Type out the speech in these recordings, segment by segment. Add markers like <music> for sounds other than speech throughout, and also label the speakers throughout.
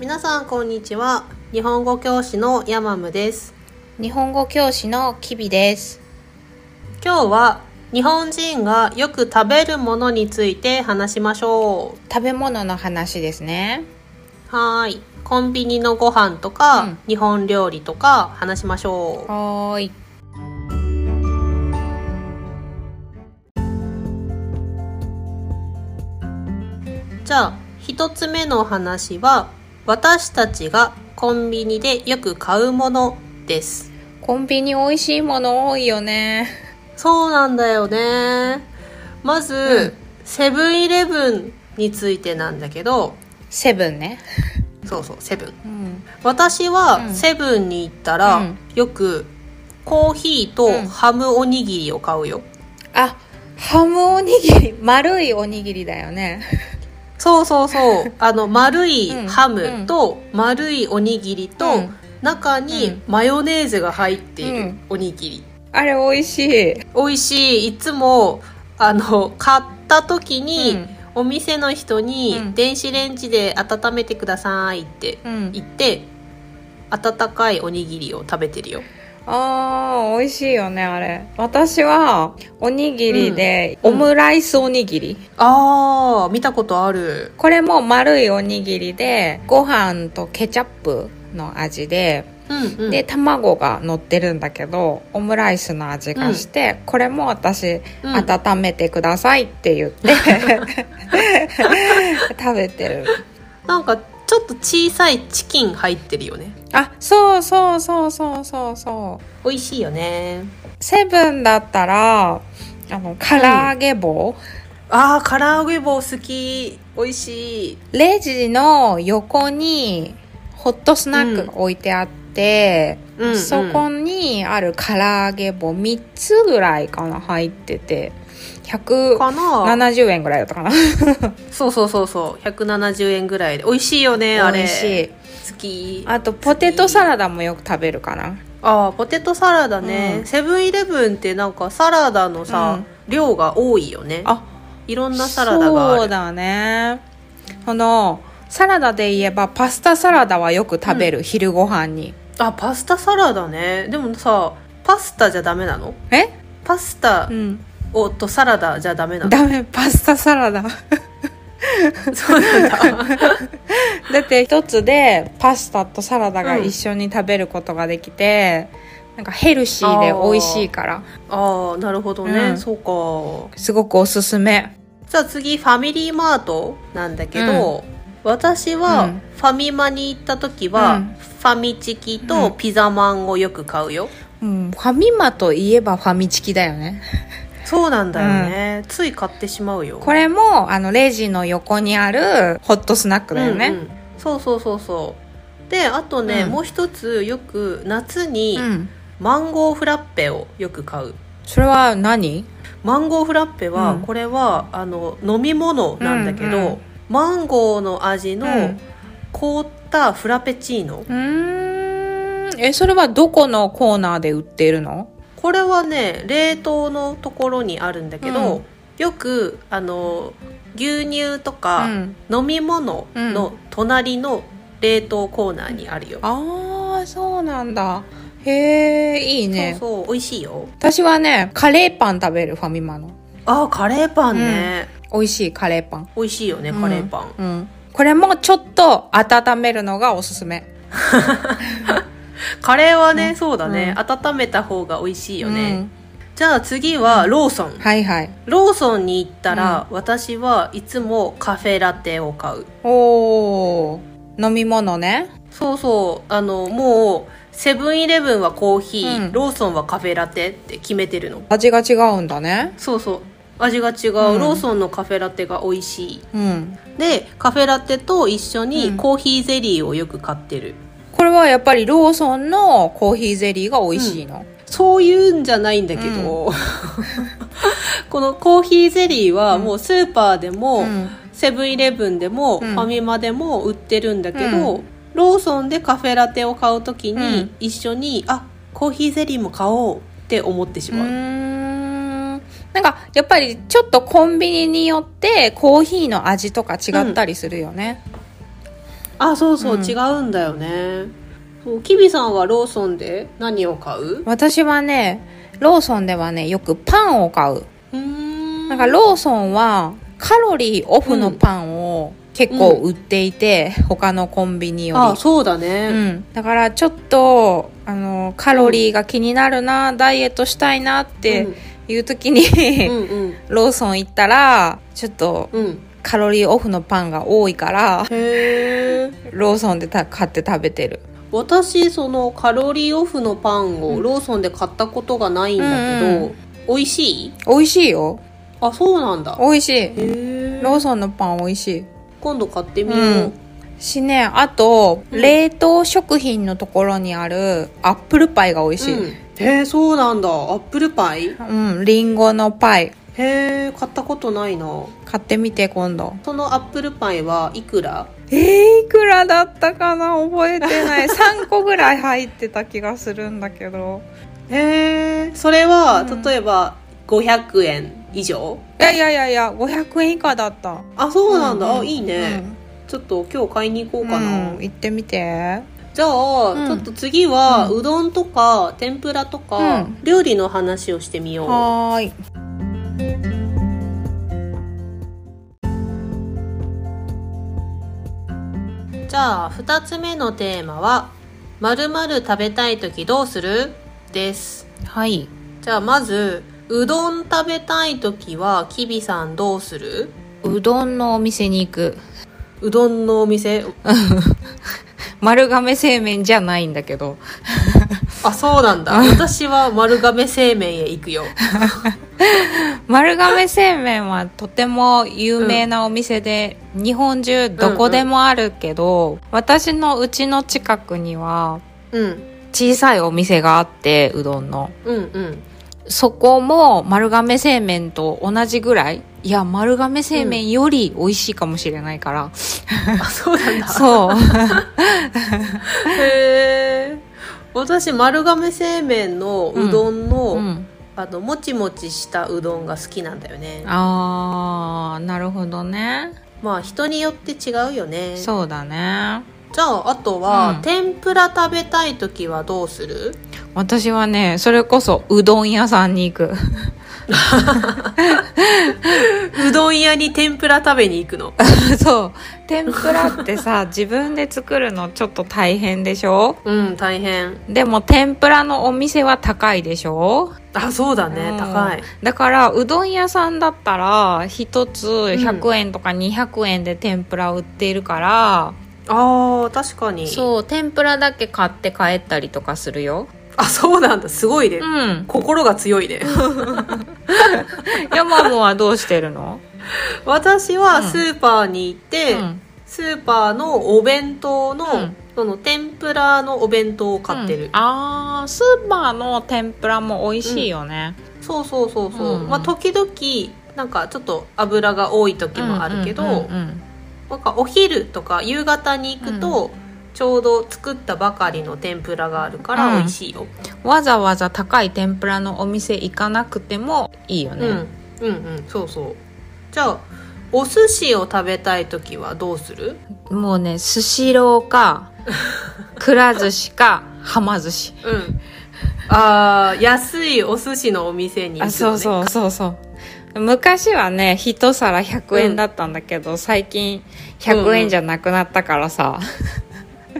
Speaker 1: 皆さんこんにちは日本語教師のヤマムです
Speaker 2: 日本語教師のキビです。
Speaker 1: 今日は日本人がよく食べるものについて話しましょ
Speaker 2: 食べ物の話ですね。
Speaker 1: うはーいコンビニのご飯とか、
Speaker 2: うん
Speaker 1: 日本料理とか話しましょう
Speaker 2: はーい。
Speaker 1: じゃあ一つ目のお話は私たちがコンビニでよく買うものです
Speaker 2: コンビニ美味しいもの多いよね。
Speaker 1: そうなんだよねまず、
Speaker 2: うん
Speaker 1: セブンイレブンについてなんだけど
Speaker 2: セブンね。
Speaker 1: そうそうセブン
Speaker 2: うん。
Speaker 1: 私
Speaker 2: う
Speaker 1: は
Speaker 2: ん
Speaker 1: セブンに行ったら、
Speaker 2: うん
Speaker 1: よくコーヒーと
Speaker 2: うん
Speaker 1: ハムおにぎりを買うよ、
Speaker 2: あ、ハムおにぎり、丸いおにぎりだよね。
Speaker 1: そうそうそう <laughs> あの丸い
Speaker 2: うん
Speaker 1: ハムと丸いおにぎりと、
Speaker 2: うん
Speaker 1: 中
Speaker 2: う
Speaker 1: に
Speaker 2: ん
Speaker 1: マヨネーズが入っていうる
Speaker 2: ん
Speaker 1: おにぎり、
Speaker 2: あれ美味しい。
Speaker 1: 美味しいいつもあの買った時に、
Speaker 2: うん
Speaker 1: お店の人に、
Speaker 2: うん
Speaker 1: 電子レンジで温めてくださいって
Speaker 2: うん。
Speaker 1: 言って温かいおにぎりを食べてるよ
Speaker 2: あー、美味しいよね、あれ。私は、おにぎりで、オムライスおにぎり。
Speaker 1: あー見たことある
Speaker 2: これも丸いおにぎりで、ご飯とケチャップの味で、
Speaker 1: うんうん
Speaker 2: で卵が乗ってるんだけどオムライスの味がして、これも私、
Speaker 1: うん
Speaker 2: 温めてくださいって言って
Speaker 1: <laughs>
Speaker 2: 食べてる
Speaker 1: なんかちょっと小さいチキン入ってるよね
Speaker 2: あそうそうそうそうそうそう
Speaker 1: 美味しいよね
Speaker 2: セブンだったらあの唐揚げ棒、
Speaker 1: あー唐揚げ棒好き美味しい
Speaker 2: レジの横にホットスナックが置いてあって、
Speaker 1: うんうん
Speaker 2: そこにある唐揚げ棒3つぐらいかな入ってて100
Speaker 1: かな
Speaker 2: 70円ぐらいだったかな
Speaker 1: そうそうそうそう170円ぐらいで美味しいよねあれ
Speaker 2: 美味しい
Speaker 1: 好きあ
Speaker 2: あとポテトサラダもよく食べるかな
Speaker 1: あーポテトサラダね、
Speaker 2: うん
Speaker 1: セブンイレブンってなんかサラダのさ、量が多いよね
Speaker 2: あ
Speaker 1: いろんなサラダがある
Speaker 2: そうだねそのサラダで言えばパスタサラダはよく食べる、昼ご飯に
Speaker 1: あパスタサラダねでもさパスタじゃダメなの
Speaker 2: え
Speaker 1: パスタ
Speaker 2: うん
Speaker 1: をとサラダじゃダメなの
Speaker 2: ダメパスタサラダ <laughs>
Speaker 1: そうなんだ
Speaker 2: だって一つでパスタとサラダが一緒に食べることができて、なんかヘルシーで美味しいから
Speaker 1: ああなるほどね、
Speaker 2: うん
Speaker 1: そうか
Speaker 2: すごくおすすめ
Speaker 1: じゃあ次ファミリーマートなんだけど、私は
Speaker 2: うん
Speaker 1: ファミマに行った時は、
Speaker 2: うん
Speaker 1: ファミチキとピザマンをよく買うよ、
Speaker 2: うん、ファミマといえばファミチキだよね
Speaker 1: そうなんだよね、つい買ってしまうよ
Speaker 2: これもあのレジの横にあるホットスナックだよね、
Speaker 1: うんうんそうそうそうそうであとね、
Speaker 2: うん
Speaker 1: もう一つよく夏に
Speaker 2: うん、
Speaker 1: マンゴーフラッペをよく買う
Speaker 2: それは何
Speaker 1: マンゴーフラッペは、
Speaker 2: うん
Speaker 1: これはあの飲み物なんだけど、
Speaker 2: うんうん
Speaker 1: マンゴーの味の
Speaker 2: うん
Speaker 1: 凍ったフラペチーノ、
Speaker 2: うーんえそれはどこのコーナーで売ってるの
Speaker 1: これはね冷凍のところにあるんだけど、
Speaker 2: うん
Speaker 1: よくあの牛乳と
Speaker 2: う
Speaker 1: か、
Speaker 2: ん、
Speaker 1: 飲み物の隣の冷凍コーナーにあるよ、
Speaker 2: ああそうなんだへえいいね
Speaker 1: そうそう美味しいよ
Speaker 2: 私はねカレーパン食べるファミマの
Speaker 1: あーカレーパンね、
Speaker 2: 美味しいカレーパン
Speaker 1: 美味しいよねカレーパン、
Speaker 2: うんこれもちょっと温めるのがおすすめ
Speaker 1: カレーはね、そうだね、
Speaker 2: う
Speaker 1: 温めた方が美味しい
Speaker 2: い
Speaker 1: よね、、じゃあ次はローソン
Speaker 2: うん、はいはい
Speaker 1: ローソンに行ったら、私はいつもカフェラテを買う
Speaker 2: おー飲み物ね
Speaker 1: そうそうあのもうセブンイレブンはコーヒー、
Speaker 2: うん
Speaker 1: ローソンはカフェラテって決めてるの
Speaker 2: 味が違うんだね
Speaker 1: そうそう味が違う、
Speaker 2: うん
Speaker 1: ローソンのカフェラテが美味しい
Speaker 2: うん
Speaker 1: でカフェラテと一緒
Speaker 2: う
Speaker 1: に
Speaker 2: ん
Speaker 1: コーヒーゼリーをよく買ってる、
Speaker 2: これはやっぱりローソンのコーヒーゼリーが美味しいの、
Speaker 1: そういうんじゃないんだけど、 <laughs> このコーヒーゼリーはもうスーパーでも、
Speaker 2: うん
Speaker 1: セブンイレブンでも、
Speaker 2: うん
Speaker 1: ファミマでも売ってるんだけど、
Speaker 2: う
Speaker 1: ローソンでカフェラテを買うときに、
Speaker 2: うん
Speaker 1: 一緒にあコーヒーゼリーも買おうって思ってし
Speaker 2: う
Speaker 1: まう、
Speaker 2: ーんなんかやっぱりちょっとコンビニによってコーヒーの味とか違ったりするよね、
Speaker 1: あそうそう、
Speaker 2: うん
Speaker 1: 違うんだよねそうキビさんはローソンで何を買う
Speaker 2: 私はねローソンではねよくパンを買う
Speaker 1: うーん
Speaker 2: なんかローソンはカロリーオフのパンを結構売っていて、他のコンビニより
Speaker 1: あそうだ
Speaker 2: う
Speaker 1: ね、
Speaker 2: ん、だからちょっとあのカロリーが気になるな、ダイエットしたいなっていう時に、
Speaker 1: うん、うんうん
Speaker 2: ローソン行ったらちょっと
Speaker 1: うん
Speaker 2: カロリーオフのパンが多いから
Speaker 1: へえ
Speaker 2: ローソンでた買って食べてる
Speaker 1: 私そのカロリーオフのパン
Speaker 2: う
Speaker 1: を
Speaker 2: ん
Speaker 1: ローソンで買ったことがないんだけど、
Speaker 2: うんう
Speaker 1: 美味しい
Speaker 2: 美味しいよ
Speaker 1: あそうなんだ
Speaker 2: 美味しい
Speaker 1: へえ
Speaker 2: ローソンのパン美味しい
Speaker 1: 今度買ってみよう、
Speaker 2: うんしねあと
Speaker 1: うん
Speaker 2: 冷凍食品のところにあるアップルパイが美味しい、
Speaker 1: うんへえそうなんだアップルパイ
Speaker 2: うん、リンゴのパイ
Speaker 1: へえ買ったことないな
Speaker 2: 買ってみて今度
Speaker 1: そのアップルパイはいくら
Speaker 2: えー、いくらだったかな覚えて
Speaker 1: <laughs>
Speaker 2: ない3個ぐらい入ってた気がするんだけど
Speaker 1: へえそれは、
Speaker 2: うん
Speaker 1: 例えば500円以上
Speaker 2: いやいやいやいや500円以下だった
Speaker 1: あそうなんだ、あいいね、
Speaker 2: うん
Speaker 1: ちょっと今日買いに行こうかな、
Speaker 2: うん行ってみて
Speaker 1: じゃあ、
Speaker 2: うん
Speaker 1: ちょっと次は、
Speaker 2: う
Speaker 1: うんどんとか天ぷらとか、
Speaker 2: うん
Speaker 1: 料理の話をしてみよう
Speaker 2: はーい
Speaker 1: じゃあ2つ目のテーマは「まる食べたい時どうする?」です
Speaker 2: はい
Speaker 1: じゃあまずうどん食べたい時はきびさんどうする
Speaker 2: うどんのお店に行く <laughs>
Speaker 1: うどんのお店
Speaker 2: 丸亀製麺じゃないんだけど <laughs>
Speaker 1: あそうなんだ私は丸亀製麺へ行くよ
Speaker 2: 丸亀製麺はとても有名なお店で、日本中どこでもあるけど、私のうちの近くには
Speaker 1: うん
Speaker 2: 小さいお店があってうどんの
Speaker 1: うんうん
Speaker 2: そこも丸亀製麺と同じぐらいいや丸亀製麺より美味しいかもしれないから、
Speaker 1: あそうなんだ
Speaker 2: そう
Speaker 1: へえ私丸亀製麺のうどんの、
Speaker 2: <laughs> うん、
Speaker 1: あのもちもちしたうどんが好きなんだよね
Speaker 2: あーなるほどね
Speaker 1: まあ人によって違うよねじゃ
Speaker 2: そうだね
Speaker 1: ああとは、
Speaker 2: うん
Speaker 1: 天ぷら食べたい時はどうする
Speaker 2: 私はねそれこそうどん屋さんに行く <laughs>
Speaker 1: うどん屋に天ぷら食べに行くの
Speaker 2: そう天ぷらってさ自分で作るのちょっと大変でしょ
Speaker 1: うん大変
Speaker 2: でも天ぷらのお店は高いでしょ
Speaker 1: あそうだね、
Speaker 2: うん
Speaker 1: 高い
Speaker 2: だからうどん屋さんだったら一つ100円とか200円で天ぷら売っているから、
Speaker 1: あー確かに
Speaker 2: そう天ぷらだけ買って帰ったりとかするよ
Speaker 1: あそうなんだすごいね、
Speaker 2: うん
Speaker 1: 心が強いね
Speaker 2: ヤマムはどうしてるの
Speaker 1: 私はスーパーに行って、
Speaker 2: うん
Speaker 1: スーパーのお弁当の、
Speaker 2: うん
Speaker 1: その天ぷらのお弁当を買ってる、
Speaker 2: うんあースーパーの天ぷらも美味しいよね、
Speaker 1: そうそうそうそう、
Speaker 2: うん
Speaker 1: まあ時々なんかちょっと油が多い時もあるけど、
Speaker 2: うんうんうん
Speaker 1: なんかお昼とか夕方に行くと、ちょうど作ったばかりの天ぷらがあるか
Speaker 2: うん
Speaker 1: ら美味しいよ、
Speaker 2: うんわざわざ高い天ぷらのお店行かなくてもいいよ
Speaker 1: う
Speaker 2: ね、
Speaker 1: ん、うんうんそうそうじゃあお寿司を食べたい時はどうする
Speaker 2: もうね、スシロ
Speaker 1: <laughs>
Speaker 2: ーか、くら寿司か、はま寿司。 <laughs>
Speaker 1: うんあー安いお寿司のお店に行くの、
Speaker 2: あ、
Speaker 1: ね、
Speaker 2: そう
Speaker 1: う
Speaker 2: そうそうそう。昔はね、一皿100円だったんだけど、最近100円じゃなくなったからさ。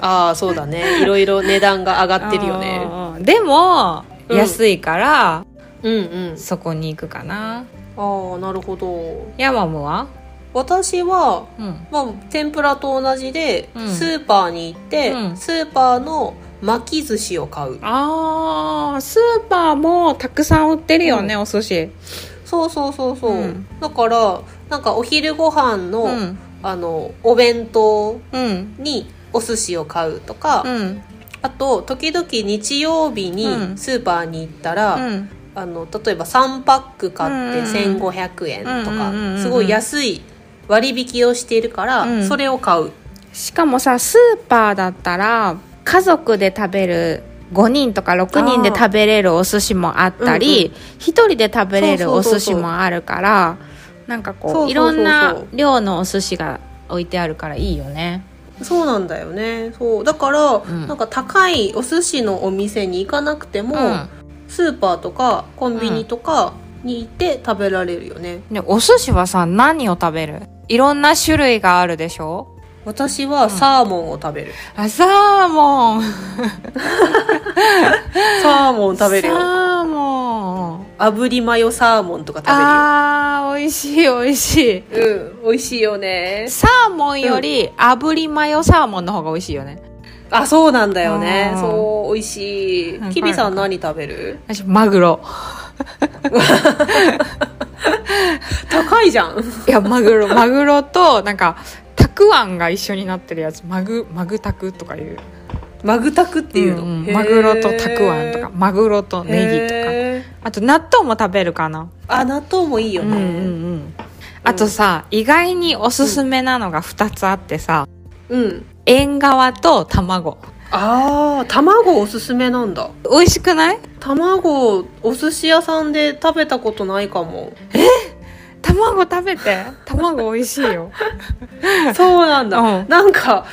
Speaker 1: ああそうだねいろいろ値段が上がってるよね
Speaker 2: ね。でも、
Speaker 1: うん
Speaker 2: 安いから、
Speaker 1: うんうん
Speaker 2: そこに行くかな。
Speaker 1: ああなるほど
Speaker 2: ヤマムは
Speaker 1: 私は
Speaker 2: うん。
Speaker 1: まあ、天ぷらと同じで、
Speaker 2: うん
Speaker 1: スーパーに行って、
Speaker 2: うん
Speaker 1: スーパーの巻き寿司を買う
Speaker 2: あー、スーパーもたくさん売ってるよね、お寿司。
Speaker 1: そうそうそうそう、
Speaker 2: うん
Speaker 1: だからなんかお昼ご飯の、
Speaker 2: うん。
Speaker 1: あのお弁当
Speaker 2: うん。
Speaker 1: にお寿司を買うとか、
Speaker 2: うん。
Speaker 1: あと時々日曜日
Speaker 2: う
Speaker 1: に
Speaker 2: ん
Speaker 1: スーパーに行ったら、
Speaker 2: うん。
Speaker 1: あの例えば3パック買って
Speaker 2: うんうん
Speaker 1: 1500円とか、
Speaker 2: うんうんうんうん
Speaker 1: すごい安い割引をしているから、
Speaker 2: うん
Speaker 1: それを買う
Speaker 2: しかもさスーパーだったら家族で食べる5人とか6人で食べれるお寿司もあったり、
Speaker 1: う
Speaker 2: 1人で食べれるお寿司もあるからなんか
Speaker 1: そうそう
Speaker 2: こ
Speaker 1: そうう
Speaker 2: いろんな量のお寿司が置いてあるからいいよね
Speaker 1: そうなんだよねそうだから、
Speaker 2: ん
Speaker 1: なんか高いお寿司のお店に行かなくても、
Speaker 2: うん
Speaker 1: スーパーとかコンビニとかに行って食べられるよね、
Speaker 2: でお寿司はさ何を食べるいろんな種類があるでしょ
Speaker 1: 私はサーモンを食べ <laughs> る、
Speaker 2: あサーモン
Speaker 1: サーモン食べるよ
Speaker 2: サーモン
Speaker 1: 炙りマヨサーモンとか
Speaker 2: あー美味しい美味し
Speaker 1: 食べるようん美味しいよね
Speaker 2: いサーモンより炙りマヨサーモンの方が美味しいよね
Speaker 1: あそうなんだよね
Speaker 2: うん
Speaker 1: そう美味しい
Speaker 2: うん
Speaker 1: キビさん何食べる
Speaker 2: 私マグロ
Speaker 1: 高いじゃん
Speaker 2: いやマグロ <laughs> マグロとなんかたくあんが一緒になってるやつマグマグタクとかいうっ
Speaker 1: マグタクっていうの、
Speaker 2: マグロとたくあんとかマグロとネギと
Speaker 1: と
Speaker 2: かあと納豆も食べるかな
Speaker 1: かあ納豆もいいよ
Speaker 2: うん
Speaker 1: ね、
Speaker 2: うんうんあとさ意外におすすめなのが2つあってさ
Speaker 1: うん。
Speaker 2: 縁側と卵
Speaker 1: ああ、卵おすすめなんだ。
Speaker 2: 美味しくない
Speaker 1: 卵、お寿司屋さんで食べたことないか
Speaker 2: <laughs>
Speaker 1: も。
Speaker 2: 卵食べて <laughs> 卵美味しいよ
Speaker 1: そうなんだ。
Speaker 2: うん
Speaker 1: なんか、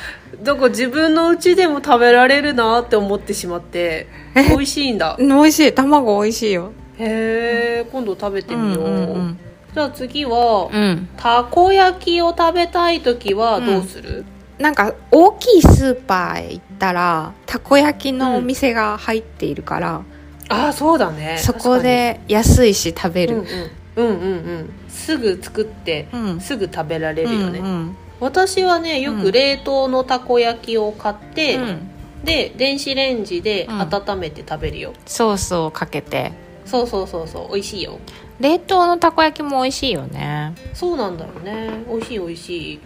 Speaker 1: どこ自分の家でも食べられるなって思ってしまって、美味しいんだ。
Speaker 2: 美味しい卵美味しいよ
Speaker 1: へえ、今度食べてみよう。
Speaker 2: うんうん
Speaker 1: じゃあ次は、
Speaker 2: うんうん
Speaker 1: たこ焼きを食べたい時はどうする、
Speaker 2: なんか大きいスーパーへ行ったらたこ焼きのお店が入っているから、
Speaker 1: ああ、そうだね。
Speaker 2: そこで安いし食べ
Speaker 1: 確か
Speaker 2: る、
Speaker 1: に。うんうん。うんうんうん。すぐ作って、
Speaker 2: うんうん
Speaker 1: すぐ食べられるよね。
Speaker 2: うん
Speaker 1: 私はねよ
Speaker 2: う
Speaker 1: く
Speaker 2: ん
Speaker 1: 冷凍のたこ焼きを買って、
Speaker 2: うん
Speaker 1: で電子レンジで
Speaker 2: うん
Speaker 1: 温めて食べるよ、
Speaker 2: ソースをかけて
Speaker 1: そうそうそうそう美味しいよ
Speaker 2: 冷凍のたこ焼きも美味しいよね
Speaker 1: そうなんだよね美味しい美味しい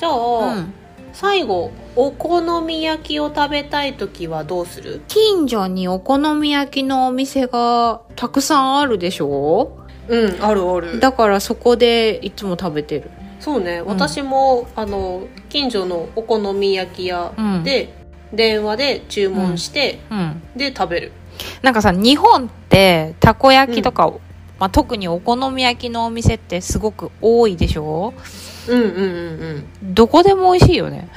Speaker 1: じゃあ、
Speaker 2: うん
Speaker 1: 最後お好み焼きを食べたい時はどうする
Speaker 2: 近所にお好み焼きのお店がたくさんあるでしょ
Speaker 1: うんあるある
Speaker 2: だからそこでいつも食べてる
Speaker 1: そうね
Speaker 2: ん
Speaker 1: 私も、あの近所のお好み焼き屋
Speaker 2: うん
Speaker 1: で、電話で注文して、
Speaker 2: うん
Speaker 1: で食べる
Speaker 2: なんかさ日本ってたこ焼きとか、まあ、特にお好み焼きのお店ってすごく多いでしょ
Speaker 1: うんうんうんうん
Speaker 2: どこでも美味しいよね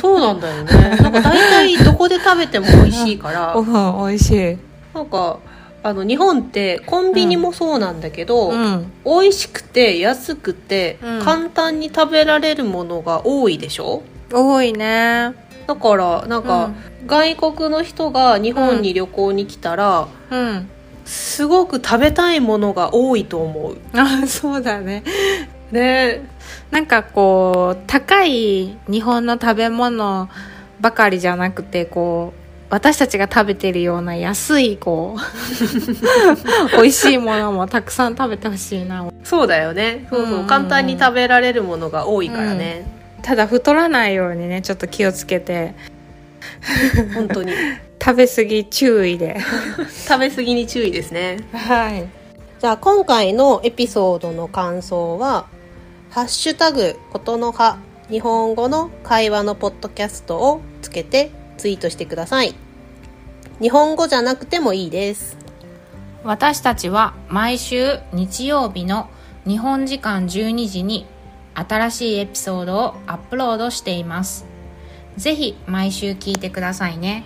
Speaker 1: そうなんだよね。なんか大体どこで食べても美味しいか <laughs> ら、
Speaker 2: ん美味しい
Speaker 1: なんか、あの、日本ってコンビニもそうなんだけど、
Speaker 2: うん
Speaker 1: 美味しくて安くて、
Speaker 2: うん
Speaker 1: 簡単に食べられるものが多いでしょ
Speaker 2: 多いね
Speaker 1: だから、なんか、外国の人が日本に旅行に来たら、
Speaker 2: うん
Speaker 1: すごく食べたいものが多いと思う。
Speaker 2: <laughs> あそうだね
Speaker 1: ね
Speaker 2: なんかこう高い日本の食べ物ばかりじゃなくてこう私たちが食べてるような安いこう <laughs> 美味しいものもたくさん食べてほしいな
Speaker 1: そうだよね。そうそう
Speaker 2: うん
Speaker 1: 簡単に食べられるものが多いからね。
Speaker 2: ただ太らないようにねちょっと気をつけて
Speaker 1: 本当に。
Speaker 2: 食べ過ぎ注意で
Speaker 1: 食べ過ぎに注意ですね。
Speaker 2: はい
Speaker 1: じゃあ今回のエピソードの感想は、ハッシュタグ、ことの葉、日本語の会話のポッドキャストをつけてツイートしてください。日本語じゃなくてもいいです。
Speaker 2: 私たちは毎週日曜日の日本時間12時に新しいエピソードをアップロードしていますぜひ毎週聞いてくださいね